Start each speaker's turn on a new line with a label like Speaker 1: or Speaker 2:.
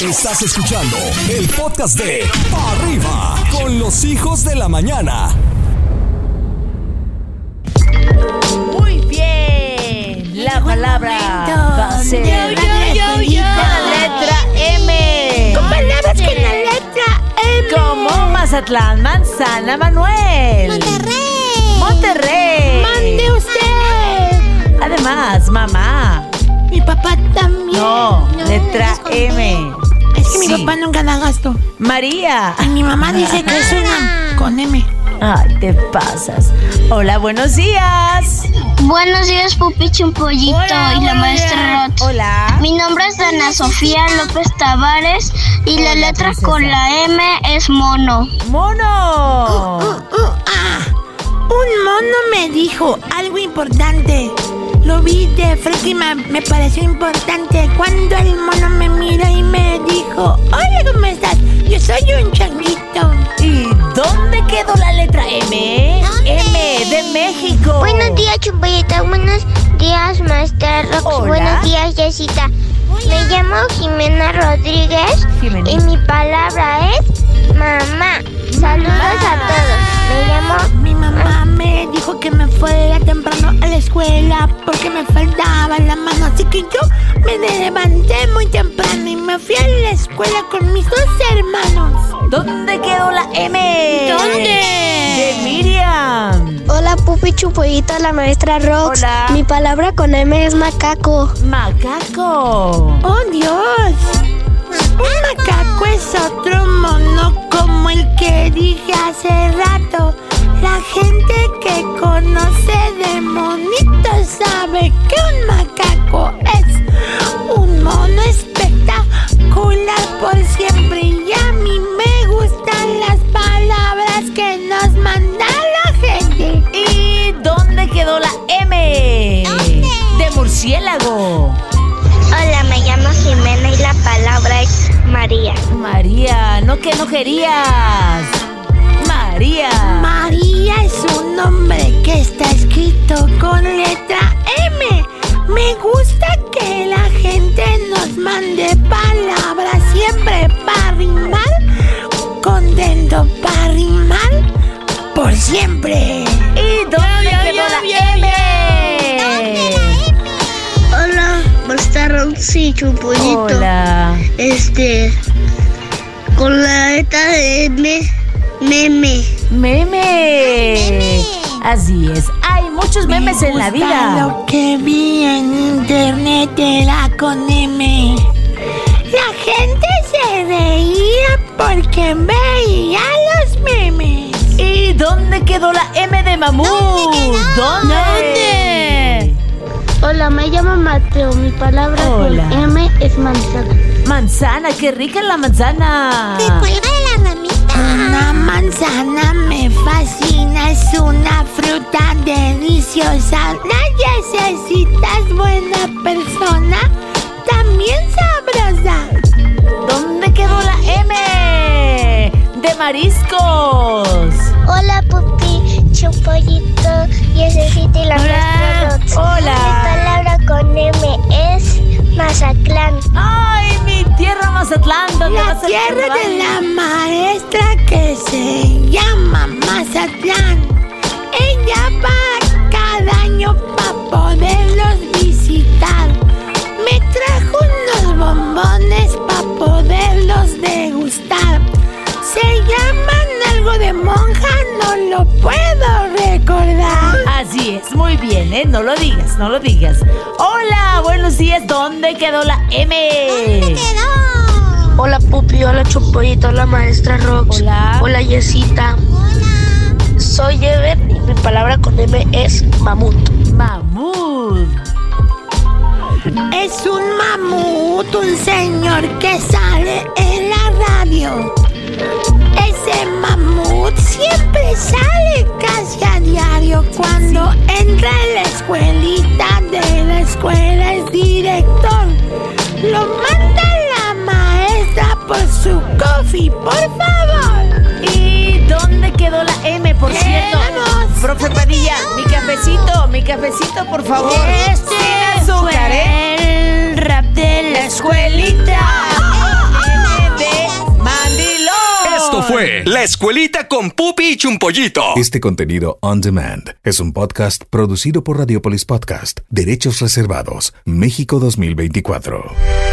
Speaker 1: Estás escuchando el podcast de Pa' Arriba con los hijos de la mañana.
Speaker 2: Muy bien. La palabra va a ser
Speaker 3: Yo, yo, yo, yo.
Speaker 2: de la letra M.
Speaker 3: Con palabras con la letra M.
Speaker 2: Como Mazatlán, Manzana, Manuel.
Speaker 3: Monterrey.
Speaker 2: Monterrey.
Speaker 3: Mande usted.
Speaker 2: Además, mamá.
Speaker 3: Mi papá también.
Speaker 2: No, letra
Speaker 3: les conté.
Speaker 2: M.
Speaker 3: Es que mi
Speaker 2: Sí. Ah.
Speaker 3: papá nunca la gasto.
Speaker 2: María.
Speaker 3: Y mi mamá dice que es una con M.
Speaker 2: Ay, te pasas. Hola, buenos días.
Speaker 4: Buenos días, Pupi Chimpollito
Speaker 2: Hola,
Speaker 4: y la
Speaker 2: hola.
Speaker 4: maestra Roth.
Speaker 2: Hola.
Speaker 4: Mi nombre es Dana Sofía López Tavares y la
Speaker 2: Hola,
Speaker 4: letra
Speaker 2: princesa.
Speaker 4: con la M es mono.
Speaker 2: Mono.
Speaker 3: Uh, uh, ah. Un mono me dijo algo importante. Lo vi de frente y ma- me pareció importante. Cuando el mono me miró y me dijo, hola, ¿cómo estás? Yo soy un changuito.
Speaker 2: ¿Y dónde quedó la letra M?
Speaker 3: ¿Dónde?
Speaker 2: M de México.
Speaker 5: Buenos días, Chupayeta. Buenos días, Master Rox.
Speaker 2: Hola.
Speaker 5: Buenos días, Yesita. Me llamo Jimena Rodríguez y
Speaker 2: Jimenita.
Speaker 5: mi palabra es mamá. Saludos a todos. Me llamo
Speaker 3: Mi mamá me dijo que me fuera temprano a la escuela porque me faltaba la mano. Así que yo me levanté muy temprano y me fui a la escuela con mis dos hermanos.
Speaker 2: ¿Dónde quedó la M? De Miriam.
Speaker 6: Hola Pupi Chupollita, la maestra Rox.
Speaker 2: Hola.
Speaker 6: Mi palabra con M es macaco.
Speaker 2: Macaco.
Speaker 3: ¡Oh, Dios! Un macaco es otro mono como el que dije hace rato. La gente que conoce de monitos sabe que un macaco es un mono espectacular por siempre. Y a mí me gustan las palabras que nos manda la gente.
Speaker 2: ¿Y dónde quedó la M? De murciélago.
Speaker 5: Hola, me llamo Jimena y la palabra es María.
Speaker 2: María, no que no querías. María.
Speaker 3: María es un nombre que está escrito con letra M. Me gusta que la gente nos mande palabras siempre para rimar. Contento para rimar por siempre.
Speaker 2: ¿Y dónde quedó la M?
Speaker 4: Hola, Master Roxy Chimpollito.
Speaker 2: Hola.
Speaker 4: Este, con la letra de M, meme.
Speaker 2: Meme. Así es. Hay muchos memes en la
Speaker 3: gusta
Speaker 2: vida.
Speaker 3: Lo que vi en internet era con M. La gente se reía porque veía los memes.
Speaker 2: ¿Y dónde quedó la M de mamú? ¿Dónde?
Speaker 4: Hola, me llamo Mateo. Mi palabra
Speaker 2: Hola.
Speaker 4: M es manzana.
Speaker 2: Manzana, qué rica la manzana.
Speaker 3: de la ramita. Una manzana me fascina, es una fruta deliciosa. La necesitas buena persona, también sabrosa.
Speaker 2: ¿Dónde quedó la M? De mariscos.
Speaker 5: Hola, Pupi Chupollito, Yesecita y la maestra Rox.
Speaker 2: Hola.
Speaker 5: palabra con M es Mazatlán.
Speaker 2: Ay, mi tierra Mazatlán. ¿dónde
Speaker 3: La
Speaker 2: vas a
Speaker 3: tierra
Speaker 2: encontrar?
Speaker 3: de la maestra que se llama Mazatlán. Ella va cada año para poderlos visitar. Me trajo unos bombones para poderlos degustar. Se llaman algo de monja, no lo puedo recordar.
Speaker 2: Así es, muy bien, ¿eh? No lo digas, no lo digas. Hola, buenos días. ¿Dónde quedó la M?
Speaker 4: Hola, Pupi. Hola, Chimpollito. Hola, maestra Rox.
Speaker 2: Hola.
Speaker 4: Hola, Yesita. Hola. Soy Ever y mi palabra con M es mamut.
Speaker 2: Mamut.
Speaker 3: Es un mamut, un señor que sale en la radio. Ese mamut siempre sale casi a diario cuando entra en la escuelita de la escuela es director. Lo manda la maestra por su coffee, por favor.
Speaker 2: ¿Y dónde quedó la M, por cierto?
Speaker 3: Quedamos.
Speaker 2: Profe Padilla, mi cafecito, mi cafecito, por favor. Sin azúcar, ¿eh?
Speaker 3: el rap de la escuelita.
Speaker 1: fue La Escuelita con Pupi y Chumpollito.
Speaker 7: Este contenido on demand es un podcast producido por Radiopolis Podcast, Derechos Reservados, México 2024.